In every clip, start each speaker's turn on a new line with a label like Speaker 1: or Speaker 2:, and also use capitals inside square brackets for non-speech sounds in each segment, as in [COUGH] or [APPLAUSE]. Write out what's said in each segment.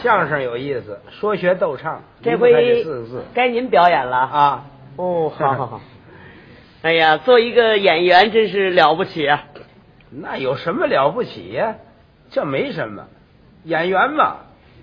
Speaker 1: 相声有意思，说学逗唱，
Speaker 2: 这
Speaker 1: 离不开
Speaker 2: 回
Speaker 1: 四个字
Speaker 2: 该您表演了。
Speaker 1: 啊， [LAUGHS]
Speaker 2: 哦，好好好。哎呀，做一个演员真是了不起
Speaker 1: [LAUGHS]
Speaker 2: 啊！
Speaker 1: 那有什么了不起呀、这没什么，演员嘛，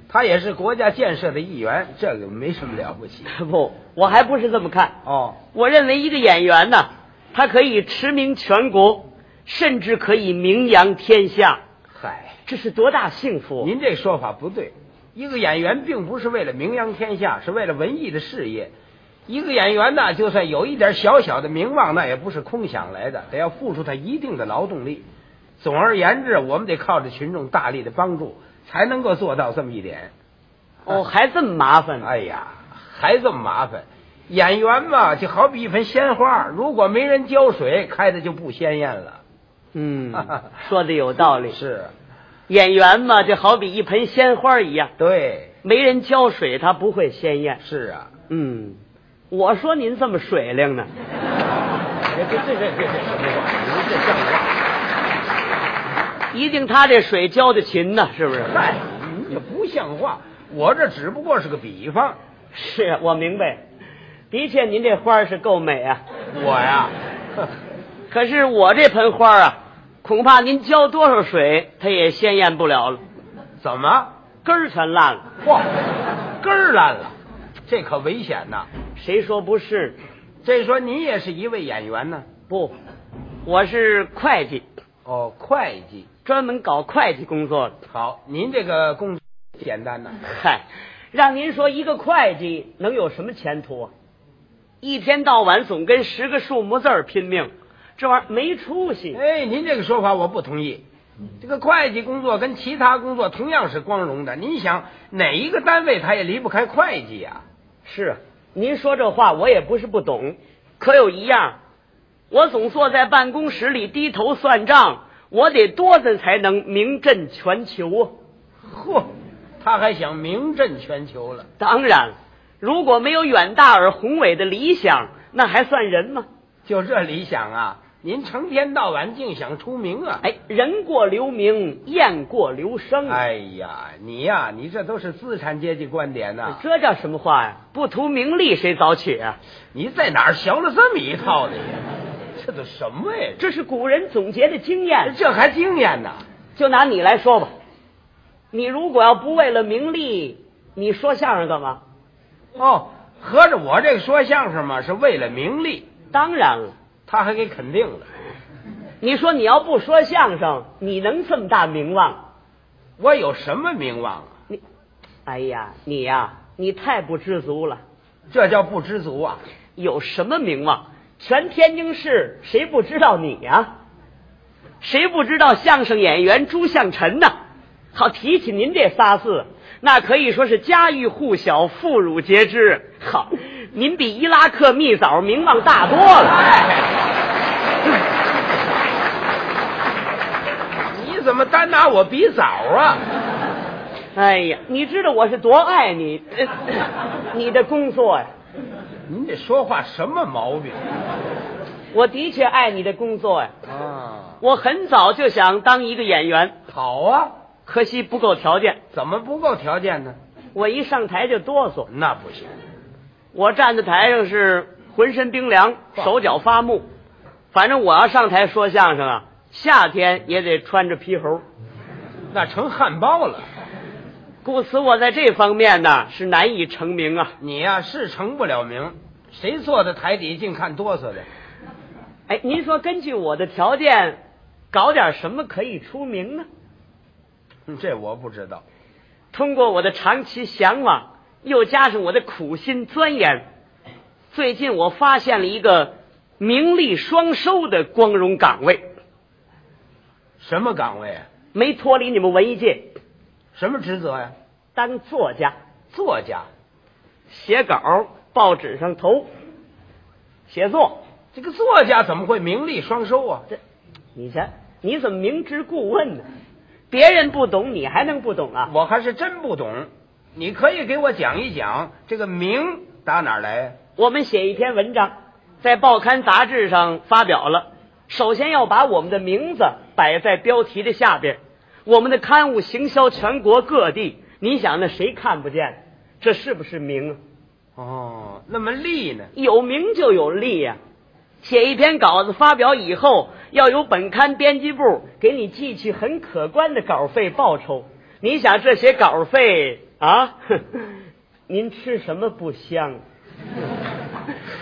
Speaker 1: 他也是国家建设的一员，这个没什么了不起。
Speaker 2: 不，我还不是这么看。
Speaker 1: 哦，
Speaker 2: 我认为一个演员呢，他可以驰名全国，甚至可以名扬天下，
Speaker 1: 嗨，
Speaker 2: 这是多大幸福！啊
Speaker 1: 您这说法不对。一个演员并不是为了名扬天下，是为了文艺的事业。一个演员呢，就算有一点小小的名望，那也不是空想来的，得要付出他一定的劳动力。总而言之，我们得靠着群众大力的帮助，才能够做到这么一点。
Speaker 2: 哦，还这么麻烦呢。啊
Speaker 1: [LAUGHS] 哎呀，还这么麻烦。演员嘛，就好比一盆鲜花，如果没人浇水，开的就不鲜艳了。
Speaker 2: 嗯，说的有道理。
Speaker 1: 是，
Speaker 2: 演员嘛，就好比一盆鲜花一样，
Speaker 1: 对，
Speaker 2: 没人浇水，它不会鲜艳。
Speaker 1: 是啊。
Speaker 2: 嗯，我说您这么水灵呢，
Speaker 1: 这这这这这什么话？您这像话？
Speaker 2: 一定他这水浇的勤呢，是不是？
Speaker 1: 嗨，你也不像话。我这只不过是个比方。
Speaker 2: 是啊我明白，的确您这花儿是够美啊，
Speaker 1: 我呀，呵
Speaker 2: 可是我这盆花儿啊，恐怕您浇多少水，它也鲜艳不了了，
Speaker 1: 怎么？
Speaker 2: 根儿全烂了。
Speaker 1: 嚯，根儿烂了，这可危险呐！
Speaker 2: 谁说不是？
Speaker 1: 这说您也是一位演员呢？
Speaker 2: 不，我是会计，
Speaker 1: 哦，会计。
Speaker 2: 专门搞会计工作的。
Speaker 1: 好，您这个工作简单呐、
Speaker 2: 嗨，让您说一个会计能有什么前途啊？一天到晚总跟十个数目字儿拼命，这玩意儿没出息。
Speaker 1: 哎，您这个说法我不同意。这个会计工作跟其他工作同样是光荣的，您想哪一个单位他也离不开会计呀、
Speaker 2: 是啊，您说这话我也不是不懂，可有一样，我总坐在办公室里低头算账，我得多着才能名震全球啊！
Speaker 1: 嚯，他还想名震全球了。
Speaker 2: 当然了，如果没有远大而宏伟的理想，那还算人吗？
Speaker 1: 就这理想啊，您成天到晚净想出名啊！
Speaker 2: 哎，人过留名，雁过留声啊！
Speaker 1: 哎呀，你呀、你这都是资产阶级观点呐、
Speaker 2: 这叫什么话呀？不图名利，谁早起啊？
Speaker 1: 你在哪儿学了这么一套的呀？这都什么呀？
Speaker 2: 这是古人总结的经
Speaker 1: 这
Speaker 2: 验。
Speaker 1: 这还经验呢？
Speaker 2: 就拿你来说吧，你如果要不为了名利，你说相声干嘛？
Speaker 1: 哦，合着我这个说相声嘛，是为了名利，
Speaker 2: 当然了，
Speaker 1: 他还给肯定了。
Speaker 2: 你说你要不说相声，你能这么大名望？
Speaker 1: 我有什么名望啊？
Speaker 2: 你，哎呀，你呀、你太不知足了。
Speaker 1: 这叫不知足啊！
Speaker 2: 有什么名望？全天津市谁不知道你呀、谁不知道相声演员朱向臣呐？好，提起您这仨字，那可以说是家喻户晓、妇孺皆知。好，您比伊拉克蜜枣名望大多了。
Speaker 1: 你怎么单拿我比枣啊？
Speaker 2: 哎呀，你知道我是多爱你，呃你的工作呀、
Speaker 1: 您这说话什么毛病
Speaker 2: 我的确爱你的工作呀、
Speaker 1: 啊？
Speaker 2: 我很早就想当一个演员，
Speaker 1: 好啊，
Speaker 2: 可惜不够条件。
Speaker 1: 怎么不够条件呢？
Speaker 2: 我一上台就哆嗦，
Speaker 1: 那不行，
Speaker 2: 我站在台上是浑身冰凉，
Speaker 1: 哇
Speaker 2: 手脚发木。反正我要上台说相声啊，夏天也得穿着皮猴，
Speaker 1: 那成汉堡了。
Speaker 2: 故此我在这方面呢是难以成名啊。
Speaker 1: 你呀、是成不了名，谁坐在台底净看哆嗦的？
Speaker 2: 哎，您说根据我的条件，搞点什么可以出名呢？
Speaker 1: 嗯这我不知道。
Speaker 2: 通过我的长期向往，又加上我的苦心钻研，最近我发现了一个名利双收的光荣岗位，
Speaker 1: 什么岗位啊？
Speaker 2: 没脱离你们文艺界，
Speaker 1: 什么职责呀、
Speaker 2: 当作家。
Speaker 1: 作家。
Speaker 2: 写稿，报纸上投，写作。
Speaker 1: 这个作家怎么会名利双收啊？
Speaker 2: 这，你瞧，你怎么明知故问呢？别人不懂，你还能不懂啊？
Speaker 1: 我还是真不懂。你可以给我讲一讲这个名打哪儿来啊呀、
Speaker 2: 我们写一篇文章，在报刊杂志上发表了，首先要把我们的名字摆在标题的下边，我们的刊物行销全国各地，你想那谁看不见？这是不是名啊？
Speaker 1: 哦，那么利呢？
Speaker 2: 有名就有利呀、写一篇稿子发表以后，要由本刊编辑部给你寄去很可观的稿费报酬。你想这些稿费啊，哼您吃什么不香？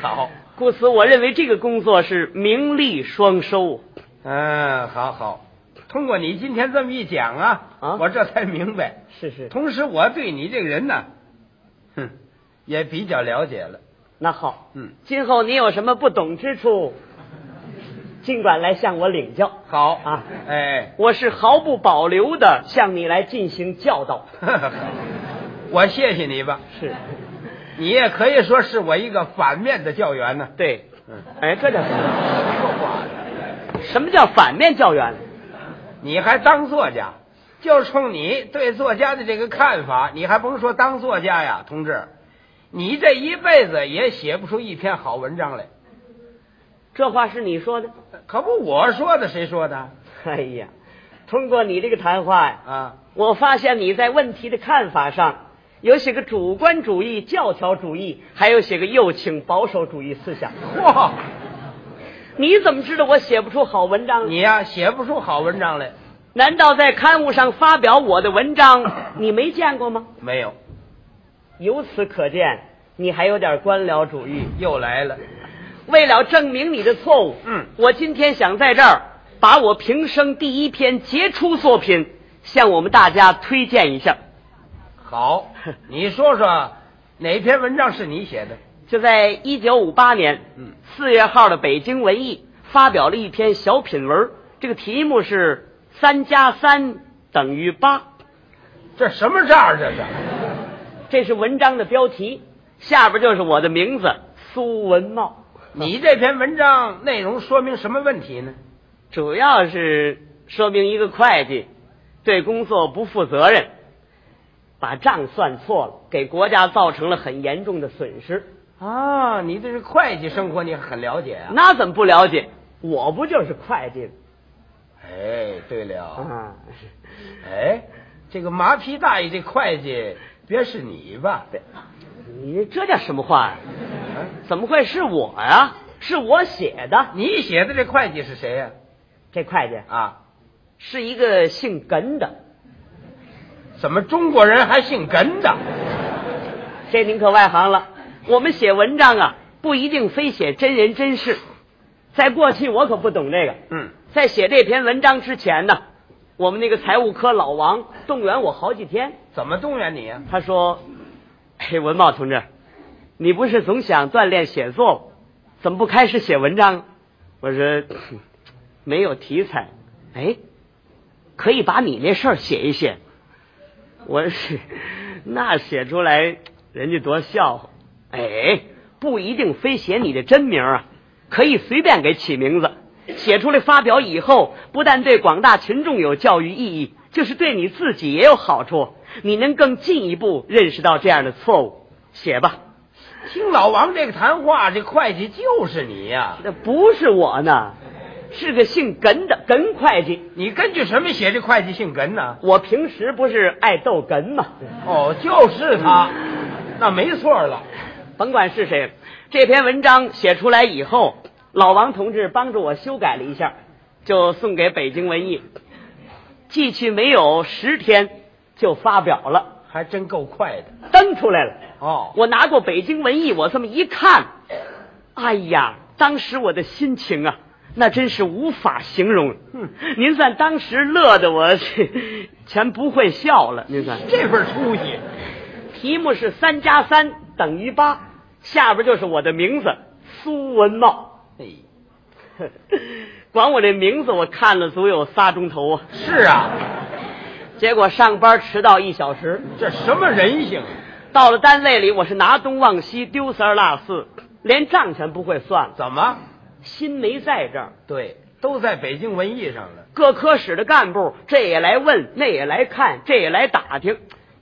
Speaker 1: 好，
Speaker 2: 故此，我认为这个工作是名利双收。
Speaker 1: 嗯，好好。通过你今天这么一讲啊，
Speaker 2: 啊
Speaker 1: 我这才明白。
Speaker 2: 是是，
Speaker 1: 同时，我对你这个人呢，哼，也比较了解了。
Speaker 2: 那好，
Speaker 1: 嗯，
Speaker 2: 今后你有什么不懂之处，尽管来向我领教，
Speaker 1: 好
Speaker 2: 啊
Speaker 1: 哎，
Speaker 2: 我是毫不保留的向你来进行教导。
Speaker 1: 我谢谢你吧。
Speaker 2: 是，
Speaker 1: 你也可以说是我一个反面的教员呢、
Speaker 2: 对，
Speaker 1: 嗯，
Speaker 2: 哎，这叫什么什么叫反面教啊员？
Speaker 1: 你还当作家，就冲你对作家的这个看法，你还甭说当作家呀，同志，你这一辈子也写不出一篇好文章来。
Speaker 2: 这话是你说的？
Speaker 1: 可不，我说的，谁说的
Speaker 2: 哎呀，通过你这个谈话呀，
Speaker 1: 啊？
Speaker 2: 我发现你在问题的看法上有些个主观主义、教条主义，还有些个右倾保守主义思想。
Speaker 1: 嚯，
Speaker 2: 你怎么知道我写不出好文章呢？
Speaker 1: 你呀、写不出好文章来，
Speaker 2: 难道在刊物上发表我的文章，你没见过吗？
Speaker 1: 没有，
Speaker 2: 由此可见，你还有点官僚主义。
Speaker 1: 又来了。
Speaker 2: 为了证明你的错误，
Speaker 1: 嗯
Speaker 2: 我今天想在这儿把我平生第一篇杰出作品向我们大家推荐一下。
Speaker 1: [LAUGHS] 好，你说说哪篇文章是你写的？
Speaker 2: 就在一九五八年，
Speaker 1: 嗯，
Speaker 2: 四月号的《北京文艺》发表了一篇小品文，这个题目是“三加三等于八”。
Speaker 1: 这什么账儿？这是？
Speaker 2: 这是文章的标题，下边就是我的名字苏文茂。
Speaker 1: 你这篇文章内容说明什么问题呢？
Speaker 2: 主要是说明一个会计对工作不负责任，把账算错了，给国家造成了很严重的损失。
Speaker 1: 啊，你对这会计生活你很了解啊？
Speaker 2: 那怎么不了解？我不就是会计
Speaker 1: 哎，对了，
Speaker 2: 啊？ [LAUGHS]
Speaker 1: 哎，这个麻皮大爷这会计别是你吧？啊对，
Speaker 2: 你这叫什么话啊呀、怎么会是我呀、是我写的。
Speaker 1: 你写的这会计是谁呀、
Speaker 2: 这会计
Speaker 1: 啊？
Speaker 2: 是一个姓耿的，
Speaker 1: 怎么中国人还姓耿的？
Speaker 2: 这您可外行了。我们写文章啊，不一定非写真人真事。在过去，我可不懂这个。
Speaker 1: 嗯，
Speaker 2: 在写这篇文章之前呢，我们那个财务科老王动员我好几天。
Speaker 1: 怎么动员你啊呀、
Speaker 2: 他说：“嘿，文茂同志，你不是总想锻炼写作吗，怎么不开始写文章？”我说：“没有题材。”哎，可以把你那事儿写一写。我是 [LAUGHS] 那写出来，人家多笑话。哎，不一定非写你的真名啊，可以随便给起名字。写出来发表以后，不但对广大群众有教育意义，就是对你自己也有好处。你能更进一步认识到这样的错误。写吧，
Speaker 1: 听老王这个谈话，这会计就是你呀、
Speaker 2: 那不是我呢，是个姓耿的耿会计。
Speaker 1: 你根据什么写这会计姓耿呢？
Speaker 2: 我平时不是爱逗哏吗？
Speaker 1: 哦，就是他，那没错了。
Speaker 2: 甭管是谁，这篇文章写出来以后，老王同志帮助我修改了一下，就送给北京文艺，寄去没有十天就发表了，
Speaker 1: 还真够快的
Speaker 2: 登出来了。
Speaker 1: 哦。
Speaker 2: 我拿过北京文艺，我这么一看，哎呀，当时我的心情啊，那真是无法形容。
Speaker 1: 嗯
Speaker 2: 您算当时乐的我 [LAUGHS] 全不会笑了，您算。
Speaker 1: 这份出息，
Speaker 2: 题目是三加三等于八，下边就是我的名字苏文茂。 [LAUGHS]
Speaker 1: 哎，
Speaker 2: 管我这名字，我看了足有仨钟头啊！
Speaker 1: 是啊，
Speaker 2: 结果上班迟到一小时，
Speaker 1: 这什么人性啊？
Speaker 2: 到了单位里，我是拿东忘西，丢三落四，连账全不会算了，
Speaker 1: 怎么？
Speaker 2: 心没在这儿。
Speaker 1: 对，都在北京文艺上了。
Speaker 2: 各科室的干部这也来问，那也来看，这也来打听，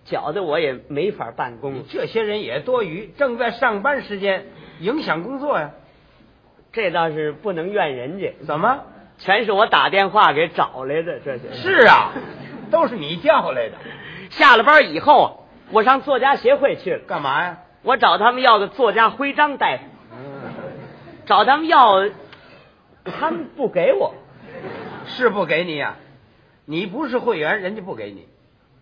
Speaker 2: 搅得我也没法办公
Speaker 1: 你
Speaker 2: 了。
Speaker 1: 这些人也多余，正在上班时间，影响工作呀、
Speaker 2: 这倒是不能怨人家，
Speaker 1: 怎么？
Speaker 2: 全是我打电话给找来的，这些。
Speaker 1: 是啊，都是你叫来的，
Speaker 2: 下了班以后啊，我上作家协会去了，
Speaker 1: 干嘛呀？
Speaker 2: 我找他们要个作家徽章戴，
Speaker 1: 嗯，
Speaker 2: 找他们要，他们不给我。
Speaker 1: 是不给你呀、你不是会员，人家不给你。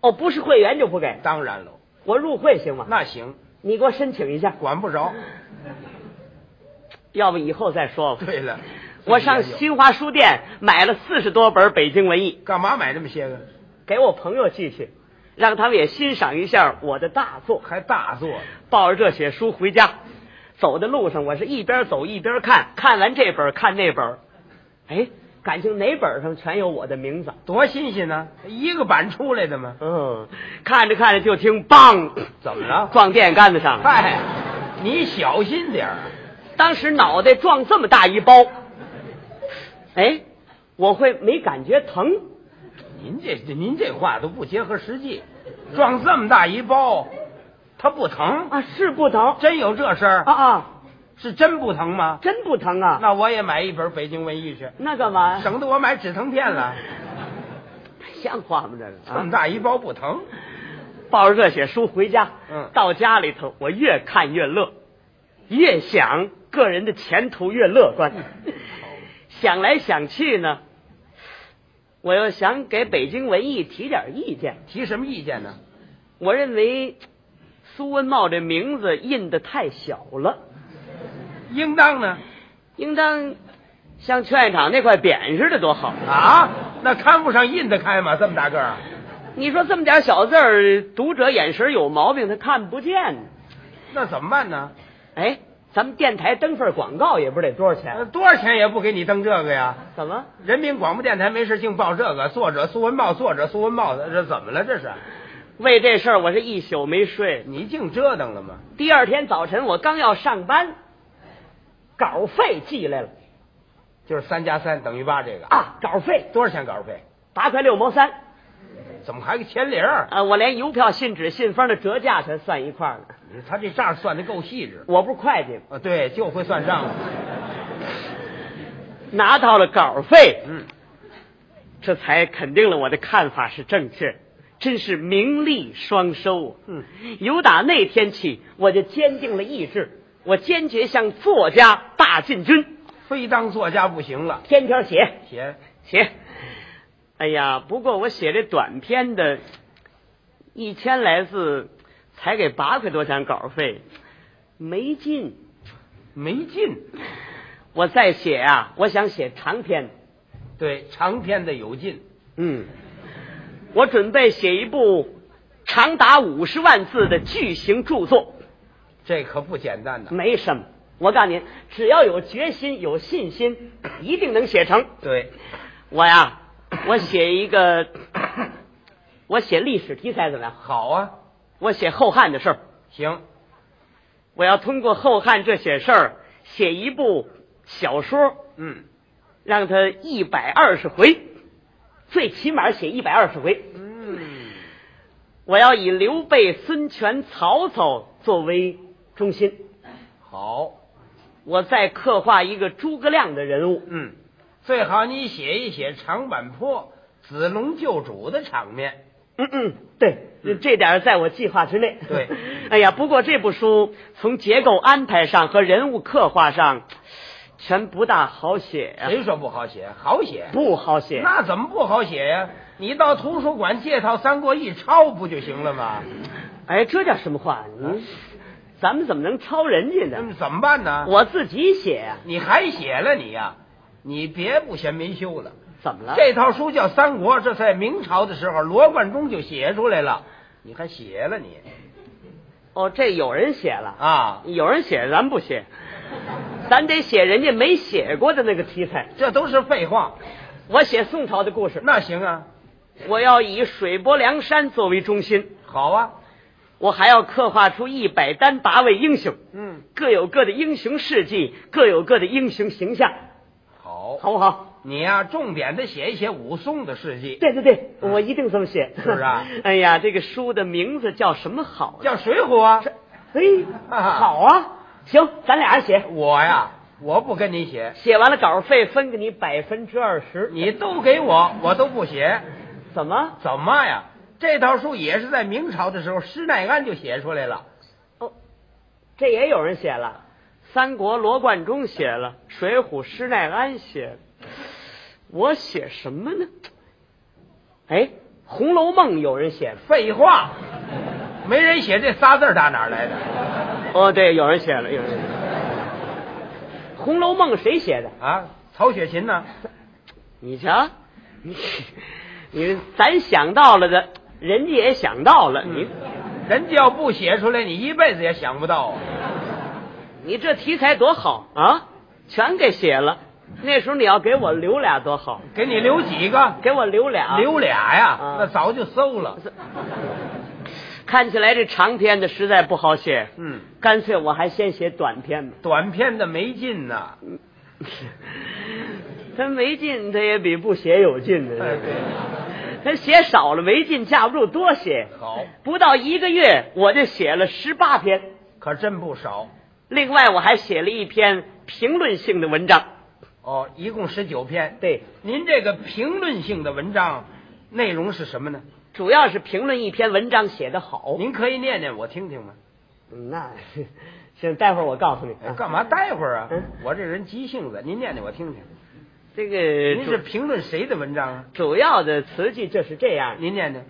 Speaker 2: 哦，不是会员就不给
Speaker 1: 当然喽，
Speaker 2: 我入会行吗？
Speaker 1: 那行，
Speaker 2: 你给我申请一下，
Speaker 1: 管不着。
Speaker 2: 要不以后再
Speaker 1: [LAUGHS]
Speaker 2: 说吧。
Speaker 1: 对了，
Speaker 2: 我上新华书店买了四十多本北京文艺，
Speaker 1: 干嘛买这么些个？
Speaker 2: 给我朋友寄去，让他们也欣赏一下我的大作。
Speaker 1: 还大作，
Speaker 2: 抱着这些书回家，走的路上我是一边走一边看，看完这本儿看那本儿，哎，感情哪本儿上全有我的名字。
Speaker 1: 多新鲜呢！一个版出来的嘛。
Speaker 2: 嗯，看着看着就听梆，
Speaker 1: 怎么了
Speaker 2: 撞电线杆子上了。
Speaker 1: 嗨，你小心点儿啊。
Speaker 2: 当时脑袋撞这么大一包，哎，我会没感觉疼。
Speaker 1: 您这您这话都不结合实际，撞这么大一包，它不疼？
Speaker 2: 啊，是不疼
Speaker 1: 真有这事儿
Speaker 2: 啊？啊，
Speaker 1: 是真不疼吗？
Speaker 2: 真不疼啊。
Speaker 1: 那我也买一本《北京文艺》去，
Speaker 2: 那干嘛？
Speaker 1: 省得我买止疼片了。
Speaker 2: 像话吗？这
Speaker 1: 这
Speaker 2: 个
Speaker 1: 么
Speaker 2: 啊，
Speaker 1: 大一包不疼，
Speaker 2: 抱着这些书回家，
Speaker 1: 嗯
Speaker 2: 到家里头我越看越乐，越想个人的前途越乐观。想来想去呢，我又想给北京文艺提点意见。
Speaker 1: 提什么意见呢？
Speaker 2: 我认为苏文茂这名字印的太小了，
Speaker 1: 应当呢？
Speaker 2: 应当像劝业场那块匾似的多好。
Speaker 1: 啊，那刊物上印得开吗？这么大个儿，
Speaker 2: 你说这么点小字儿，读者眼神有毛病，他看不见。
Speaker 1: 那怎么办呢？
Speaker 2: 哎，咱们电台登份广告也不是得多少
Speaker 1: 呃
Speaker 2: 钱？啊
Speaker 1: 多少钱也不给你登这个呀！
Speaker 2: 怎么？
Speaker 1: 人民广播电台没事净报这个，作者苏文茂，作者苏文茂，这怎么了？这是
Speaker 2: 为这事儿我是一宿没睡。
Speaker 1: 你净折腾了吗？
Speaker 2: 第二天早晨我刚要上班，稿费寄来了
Speaker 1: 就是三加三等于八这个，
Speaker 2: 啊，稿费
Speaker 1: 多少钱稿费？
Speaker 2: 八块六毛三
Speaker 1: 怎么还个钱零儿？
Speaker 2: 啊，我连邮票、信纸、信封的折价全算一块儿了。
Speaker 1: 你说他这账算的够细致
Speaker 2: 我不是会计吗？
Speaker 1: 啊！对，就会算账了。
Speaker 2: 拿到了稿费，
Speaker 1: 嗯，
Speaker 2: 这才肯定了我的看法是正确，真是名利双收。啊
Speaker 1: 嗯，
Speaker 2: 由打那天起，我就坚定了意志，我坚决向作家大进军，
Speaker 1: 非当作家不行了，
Speaker 2: 天天写
Speaker 1: 写
Speaker 2: 写。哎呀，不过我写这短篇的，一千来字，才给八块多钱稿费，没劲。
Speaker 1: 没劲。
Speaker 2: 我再写啊，我想写长篇。
Speaker 1: 对，长篇的有劲，
Speaker 2: 嗯，我准备写一部长达五十万字的巨型著作，
Speaker 1: 这可不简单呐。
Speaker 2: 没什么。我告诉您，只要有决心、有信心，一定能写成。
Speaker 1: 对，
Speaker 2: 我呀，我写一个，我写历史题材怎么样？
Speaker 1: 好啊，
Speaker 2: 我写后汉的事儿，
Speaker 1: 行，
Speaker 2: 我要通过后汉这些事儿写一部小说，
Speaker 1: 嗯
Speaker 2: 让它一百二十回，最起码写一百二十回。
Speaker 1: 嗯，
Speaker 2: 我要以刘备、孙权、曹操作为中心，
Speaker 1: 好，
Speaker 2: 我再刻画一个诸葛亮的人物。
Speaker 1: 嗯，最好你写一写长坂坡子龙救主的场面。
Speaker 2: 嗯嗯，对，这点儿在我计划之内。
Speaker 1: 对，
Speaker 2: [LAUGHS] 哎呀，不过这部书从结构安排上和人物刻画上，全不大好写哎呀、
Speaker 1: 谁说不好写？好写，
Speaker 2: 不好写。
Speaker 1: 那怎么不好写呀、你到图书馆借套《三国》一抄不就行了吗？
Speaker 2: 哎，这叫什么话？你，咱们怎么能抄人家
Speaker 1: 那
Speaker 2: 呢？
Speaker 1: 嗯么怎么办呢？
Speaker 2: 我自己写啊呀、
Speaker 1: 你还写了你呀、你别不嫌没羞了。
Speaker 2: 怎么了？
Speaker 1: 这套书叫《三国》，这在明朝的时候罗贯中就写出来了，你还写了你
Speaker 2: 哦，这有人写了。
Speaker 1: 啊？
Speaker 2: 有人写，咱不写，咱得写人家没写过的那个题材。
Speaker 1: 这都是废话。
Speaker 2: 我写宋朝的故事，
Speaker 1: 那行啊，
Speaker 2: 我要以水泊梁山作为中心，
Speaker 1: 好啊，
Speaker 2: 我还要刻画出一百单八位英雄，
Speaker 1: 嗯，
Speaker 2: 各有各的英雄事迹，各有各的英雄形象，
Speaker 1: 好。
Speaker 2: 好不好？
Speaker 1: 你呀、重点的写一写武松的事迹，
Speaker 2: 对对对，我一定这么写。
Speaker 1: 是啊
Speaker 2: [LAUGHS] 哎呀，这个书的名字叫什么好呢？
Speaker 1: 叫《水浒》啊。
Speaker 2: 嘿，
Speaker 1: 啊
Speaker 2: 好啊，行，咱俩人写，
Speaker 1: 我呀，我不跟你写，
Speaker 2: 写完了稿费分给你百分之二十。
Speaker 1: 你都给我，我都不写。
Speaker 2: 怎么？
Speaker 1: 怎么呀？这套书也是在明朝的时候，施耐庵就写出来了。
Speaker 2: 哦，这也有人写了，《三国》罗贯中写了，《水浒》施耐庵写了，我写什么呢？哎，《红楼梦》有人写了。
Speaker 1: 废话，没人写这仨字儿打哪儿来的？
Speaker 2: 哦，对，有人写了，有人写了。《红楼梦》谁写的？
Speaker 1: 啊，曹雪芹呢？
Speaker 2: 你瞧，你 [LAUGHS] 你咱想到了的，人家也想到了，
Speaker 1: 嗯
Speaker 2: 你
Speaker 1: 人家要不写出来，你一辈子也想不到啊。
Speaker 2: 你这题材多好啊，全给写了。那时候你要给我留俩多好，
Speaker 1: 给你留几个？
Speaker 2: 给我留俩，
Speaker 1: 留俩呀？
Speaker 2: 啊
Speaker 1: 那早就馊了。
Speaker 2: 看起来这长篇的实在不好写，
Speaker 1: 嗯，
Speaker 2: 干脆我还先写短篇吧。 [LAUGHS]
Speaker 1: 短篇的没劲呐。
Speaker 2: 他没劲，他也比不写有劲的。
Speaker 1: 哎对
Speaker 2: 他写少了没劲，架不住多写。
Speaker 1: 好，
Speaker 2: 不到一个月我就写了十八篇，
Speaker 1: 可真不少。
Speaker 2: 另外我还写了一篇评论性的文章。
Speaker 1: 哦，一共十九篇。
Speaker 2: 对，
Speaker 1: 您这个评论性的文章内容是什么呢？
Speaker 2: 主要是评论一篇文章写得好。
Speaker 1: 您可以念念我听听吗？
Speaker 2: 嗯那行，待会儿我告诉你
Speaker 1: 哎
Speaker 2: 啊。
Speaker 1: 干嘛待会儿啊
Speaker 2: 嗯？
Speaker 1: 我这人急性子，您念念我听听。
Speaker 2: 这个
Speaker 1: 您
Speaker 2: 主
Speaker 1: 是评论谁的文章啊？
Speaker 2: 主要的词句就是这样的。
Speaker 1: 您念念。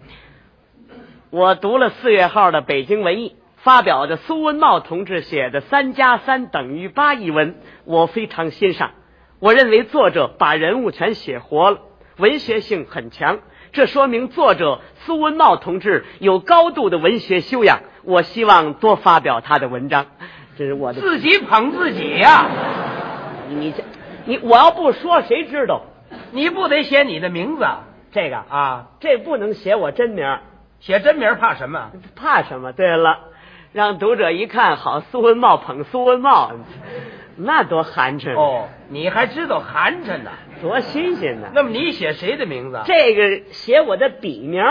Speaker 2: 我读了四月号的《北京文艺》，发表的苏文茂同志写的“三加三等于八”一文，我非常欣赏。我认为作者把人物全写活了，文学性很强，这说明作者苏文茂同志有高度的文学修养。我希望多发表他的文章。这是我的，
Speaker 1: 自己捧自己呀、
Speaker 2: 你这，你我要不说谁知道
Speaker 1: 你不得写你的名字
Speaker 2: 这个啊？
Speaker 1: 啊？
Speaker 2: 这不能写我真名儿。
Speaker 1: 写真名怕什么？
Speaker 2: 怕什么？对了，让读者一看，好，苏文茂捧苏文茂，那多寒碜，
Speaker 1: 哦，你还知道寒碜呢？
Speaker 2: 多新鲜呢！
Speaker 1: 那么你写谁的名字？啊
Speaker 2: 这个写我的笔名，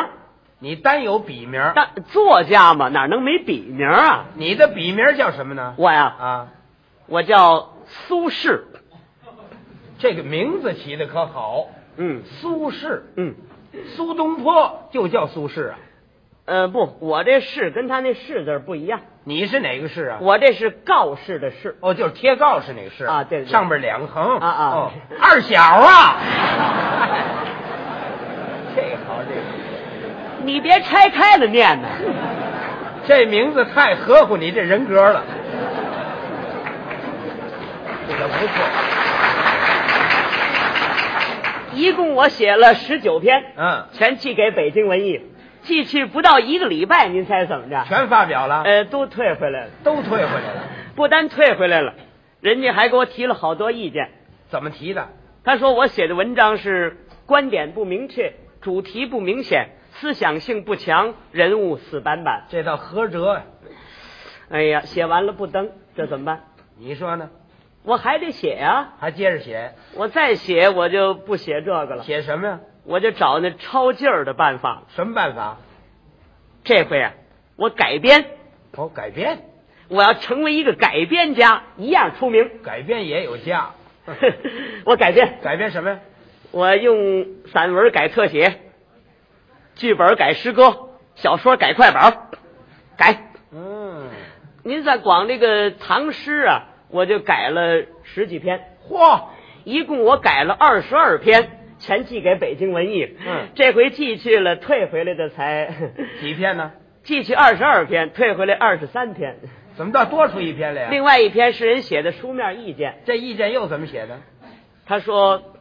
Speaker 1: 你单有笔名，
Speaker 2: 当作家嘛，哪能没笔名啊？
Speaker 1: 你的笔名叫什么呢？
Speaker 2: 我呀，
Speaker 1: 啊，
Speaker 2: 我叫苏轼，
Speaker 1: 这个名字起的可好，
Speaker 2: 嗯
Speaker 1: 苏轼，
Speaker 2: 嗯，
Speaker 1: [LAUGHS] 苏东坡就叫苏轼啊。
Speaker 2: 呃，不，我这轼跟他那轼字儿不一样，
Speaker 1: 你是哪个轼啊？
Speaker 2: 我这是告示的示，
Speaker 1: 哦，就是贴告示那个轼
Speaker 2: 啊对对对
Speaker 1: 上边两横
Speaker 2: 啊啊
Speaker 1: 哦二小
Speaker 2: [LAUGHS]
Speaker 1: 啊。这好，这好
Speaker 2: 你别拆开了念呢。
Speaker 1: 这名字太合乎你这人格了，写的不错。
Speaker 2: 一共我写了十九篇，
Speaker 1: 嗯，
Speaker 2: 全寄给北京文艺，寄去不到一个礼拜，您猜怎么着？
Speaker 1: 全啊发表了，
Speaker 2: 呃，都退回来了，
Speaker 1: 都退回来了。
Speaker 2: 不单退回来了，人家还给我提了好多意见。
Speaker 1: 怎么提的？
Speaker 2: 他说我写的文章是观点不明确，主题不明显，思想性不强，人物死板板。
Speaker 1: 这叫合辙啊呀？
Speaker 2: 哎呀，写完了不登，这怎么办？
Speaker 1: 你说呢？
Speaker 2: 我还得写呀、
Speaker 1: 还接着写，
Speaker 2: 我再写我就不写这个了，
Speaker 1: 写什么呀？
Speaker 2: 我就找那抄劲儿的办法了。
Speaker 1: 什么办法？
Speaker 2: 这回啊，我改编，
Speaker 1: 哦，改编，
Speaker 2: 我要成为一个改编家，一样出名。
Speaker 1: 改编也有价。
Speaker 2: [LAUGHS] 我改编，
Speaker 1: 改编什么呀？
Speaker 2: 我用散文改特写，剧本改诗歌，小说改快板，改。
Speaker 1: 嗯，
Speaker 2: 您再光这个唐诗啊，我就改了十几篇，
Speaker 1: 嚯，
Speaker 2: 一共我改了二十二篇，全寄给北京文艺。
Speaker 1: 嗯
Speaker 2: 这回寄去了，退回来的才
Speaker 1: 几篇呢？
Speaker 2: 寄去二十二篇，退回来二十三篇。
Speaker 1: 怎么倒多出一篇来哎呀？
Speaker 2: 另外一篇是人写的书面意见，
Speaker 1: 这意见又怎么写的？ [LAUGHS]
Speaker 2: 他说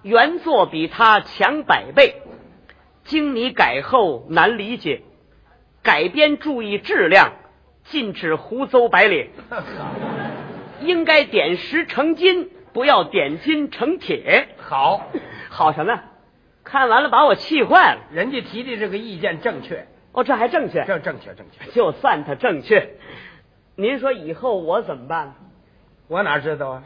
Speaker 2: 原作比他强百倍，经你改后难理解，改编注意质量，禁止胡诌白咧，应该点石成金，不要点金成铁。
Speaker 1: 好，
Speaker 2: 好什么？看完了把我气坏了。
Speaker 1: 人家提的这个意见正确，
Speaker 2: 哦，这还正确，
Speaker 1: 这正确正确。
Speaker 2: 就算他正确，您说以后我怎么办？
Speaker 1: 我哪知道啊？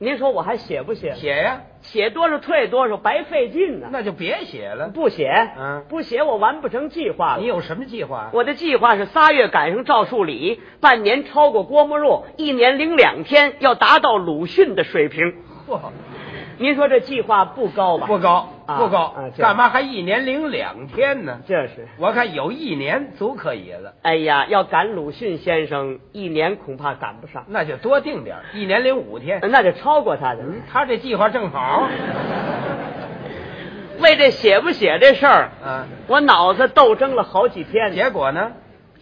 Speaker 2: 您说我还写不写？
Speaker 1: 写呀、
Speaker 2: 写多少退多少，白费劲呢、
Speaker 1: 那就别写了。
Speaker 2: 不写，
Speaker 1: 嗯
Speaker 2: 不写我完不成计划了
Speaker 1: 你。有什么计划？
Speaker 2: 我的计划是仨月赶上赵树理，半年超过郭沫若，一年零两天要达到鲁迅的水平。
Speaker 1: 嚯，
Speaker 2: 您说这计划不高吧？
Speaker 1: 不高，
Speaker 2: 啊
Speaker 1: 不高
Speaker 2: 啊，，这
Speaker 1: 干？嘛还一年零两天呢？
Speaker 2: 这是，
Speaker 1: 我看有一年足可以了，
Speaker 2: 哎呀，要赶鲁迅先生，一年恐怕赶不上，
Speaker 1: 那就多定点儿，一年零五天。
Speaker 2: 那就超过他的了。
Speaker 1: 他这计划正好，
Speaker 2: 为这写不写这事儿，
Speaker 1: 啊，
Speaker 2: 我脑子斗争了好几天，
Speaker 1: 结果呢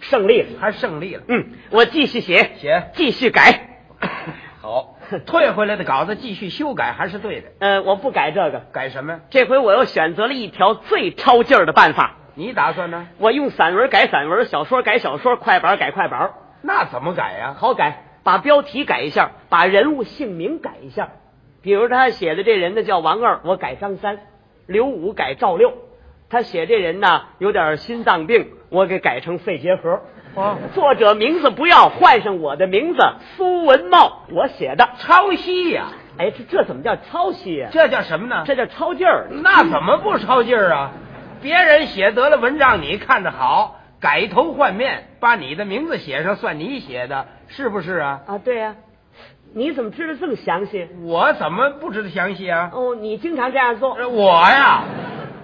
Speaker 2: 胜利了。
Speaker 1: 还胜利了。
Speaker 2: 嗯，我继续写，
Speaker 1: 写
Speaker 2: 继续改。
Speaker 1: [LAUGHS] 好，退回来的稿子继续修改还是对的，
Speaker 2: 呃，我不改这个，
Speaker 1: 改什么？
Speaker 2: 这回我又选择了一条最超劲儿的办法。
Speaker 1: 你打算呢？
Speaker 2: 我用散文改散文，小说改小说，快板改快板，
Speaker 1: 那怎么改呀、
Speaker 2: 好改。把标题改一下，把人物姓名改一下。比如他写的这人呢叫王二，我改张三；刘五改赵六。他写这人呢有点心脏病，我给改成肺结核。
Speaker 1: 哦，
Speaker 2: 作者名字不要，换上我的名字苏文茂，我写的。
Speaker 1: 抄袭呀、
Speaker 2: 哎，这这怎么叫抄袭呀、
Speaker 1: 这叫什么呢？
Speaker 2: 这叫抄劲儿。
Speaker 1: 那怎么不抄劲儿啊？别人写得了文章，你看着好，改头换面，把你的名字写上，算你写的，是不是啊？
Speaker 2: 啊，对呀、你怎么知道这么详细？
Speaker 1: 我怎么不知道详细啊？
Speaker 2: 哦，你经常这样做。
Speaker 1: 我呀，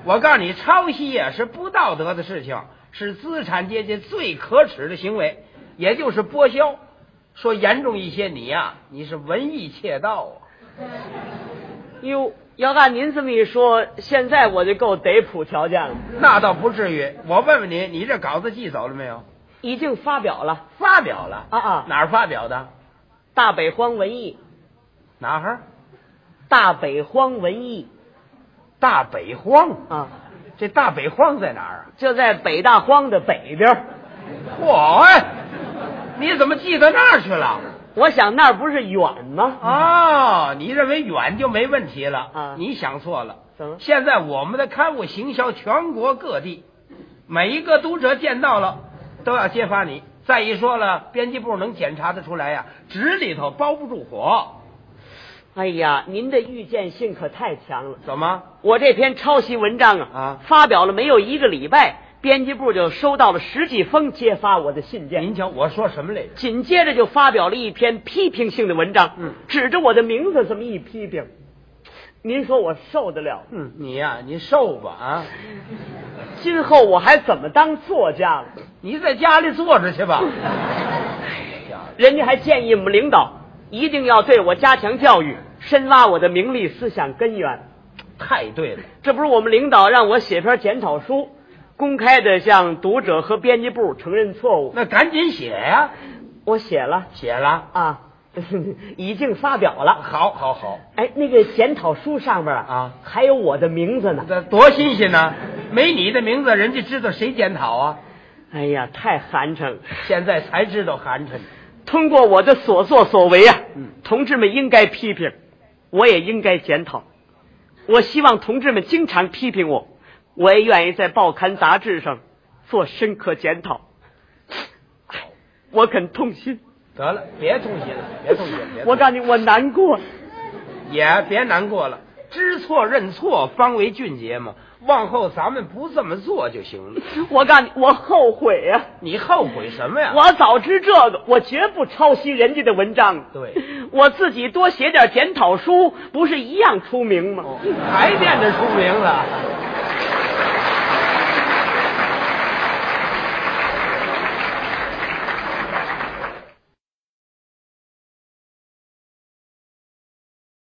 Speaker 1: 我告诉你，抄袭呀、是不道德的事情，是资产阶级最可耻的行为，也就是剥削。说严重一些，你呀、你是文艺窃盗啊！
Speaker 2: 哟，要按您这么一说，现在我就够得谱条件了，
Speaker 1: 那倒不至于。我问问你，你这稿子寄走了没有？
Speaker 2: 已经发表了
Speaker 1: 发表了
Speaker 2: 啊啊
Speaker 1: 哪儿发表的？
Speaker 2: 《大北荒文艺》，
Speaker 1: 哪儿？
Speaker 2: 《大北荒文艺
Speaker 1: 大北荒》。
Speaker 2: 啊，
Speaker 1: 这大北荒在哪儿啊？
Speaker 2: 就在北大荒的北边儿。
Speaker 1: 嚯！哎，你怎么寄到那儿去了？
Speaker 2: 我想那儿不是远吗？
Speaker 1: 哦，你认为远就没问题了？
Speaker 2: 啊
Speaker 1: 你想错了。
Speaker 2: 怎么
Speaker 1: 现在我们的刊物行销全国各地，每一个读者见到了都要揭发你。再一说了，编辑部能检查得出来呀、纸里头包不住火。
Speaker 2: 哎呀，您的预见性可太强了。
Speaker 1: 怎么？
Speaker 2: 我这篇抄袭文章啊，
Speaker 1: 啊
Speaker 2: 发表了没有一个礼拜，编辑部就收到了十几封揭发我的信件。
Speaker 1: 您瞧我说什么来着？
Speaker 2: 紧接着就发表了一篇批评性的文章，
Speaker 1: 嗯
Speaker 2: 指着我的名字这么一批评，您说我受得了？
Speaker 1: 嗯，你呀、你瘦吧啊！
Speaker 2: 今后我还怎么当作家了？
Speaker 1: 你在家里坐着去吧。哎
Speaker 2: 人家还建议我们领导一定要对我加强教育，深挖我的名利思想根源。
Speaker 1: 太对了，
Speaker 2: 这不是我们领导让我写篇检讨书，公开的向读者和编辑部承认错误。
Speaker 1: 那赶紧写呀、
Speaker 2: 我写了
Speaker 1: 写了。
Speaker 2: 啊， [LAUGHS] 已经发表了。
Speaker 1: 好，好，好，
Speaker 2: 哎，那个检讨书上面
Speaker 1: 啊
Speaker 2: 还有我的名字呢。
Speaker 1: 这多新鲜呢！没你的名字，人家知道谁检讨啊？
Speaker 2: 哎呀，太寒碜了！
Speaker 1: 现在才知道寒碜。
Speaker 2: 通过我的所作所为啊，
Speaker 1: 嗯
Speaker 2: 同志们应该批评，我也应该检讨。我希望同志们经常批评我，我也愿意在报刊杂志上做深刻检讨。我很痛心，
Speaker 1: 得了，别痛心了，别痛心了，别痛
Speaker 2: 我
Speaker 1: 心
Speaker 2: 告诉你，我难过。
Speaker 1: 了也别难过了，知错认错方为俊杰嘛。往后咱们不这么做就行了。
Speaker 2: 我告诉你，我后悔呀、
Speaker 1: 你后悔什么呀？
Speaker 2: 我早知这个，我绝不抄袭人家的文章。
Speaker 1: 对， [LAUGHS]
Speaker 2: 我自己多写点检讨书，不是一样出名吗？
Speaker 1: 哦还惦着出名了。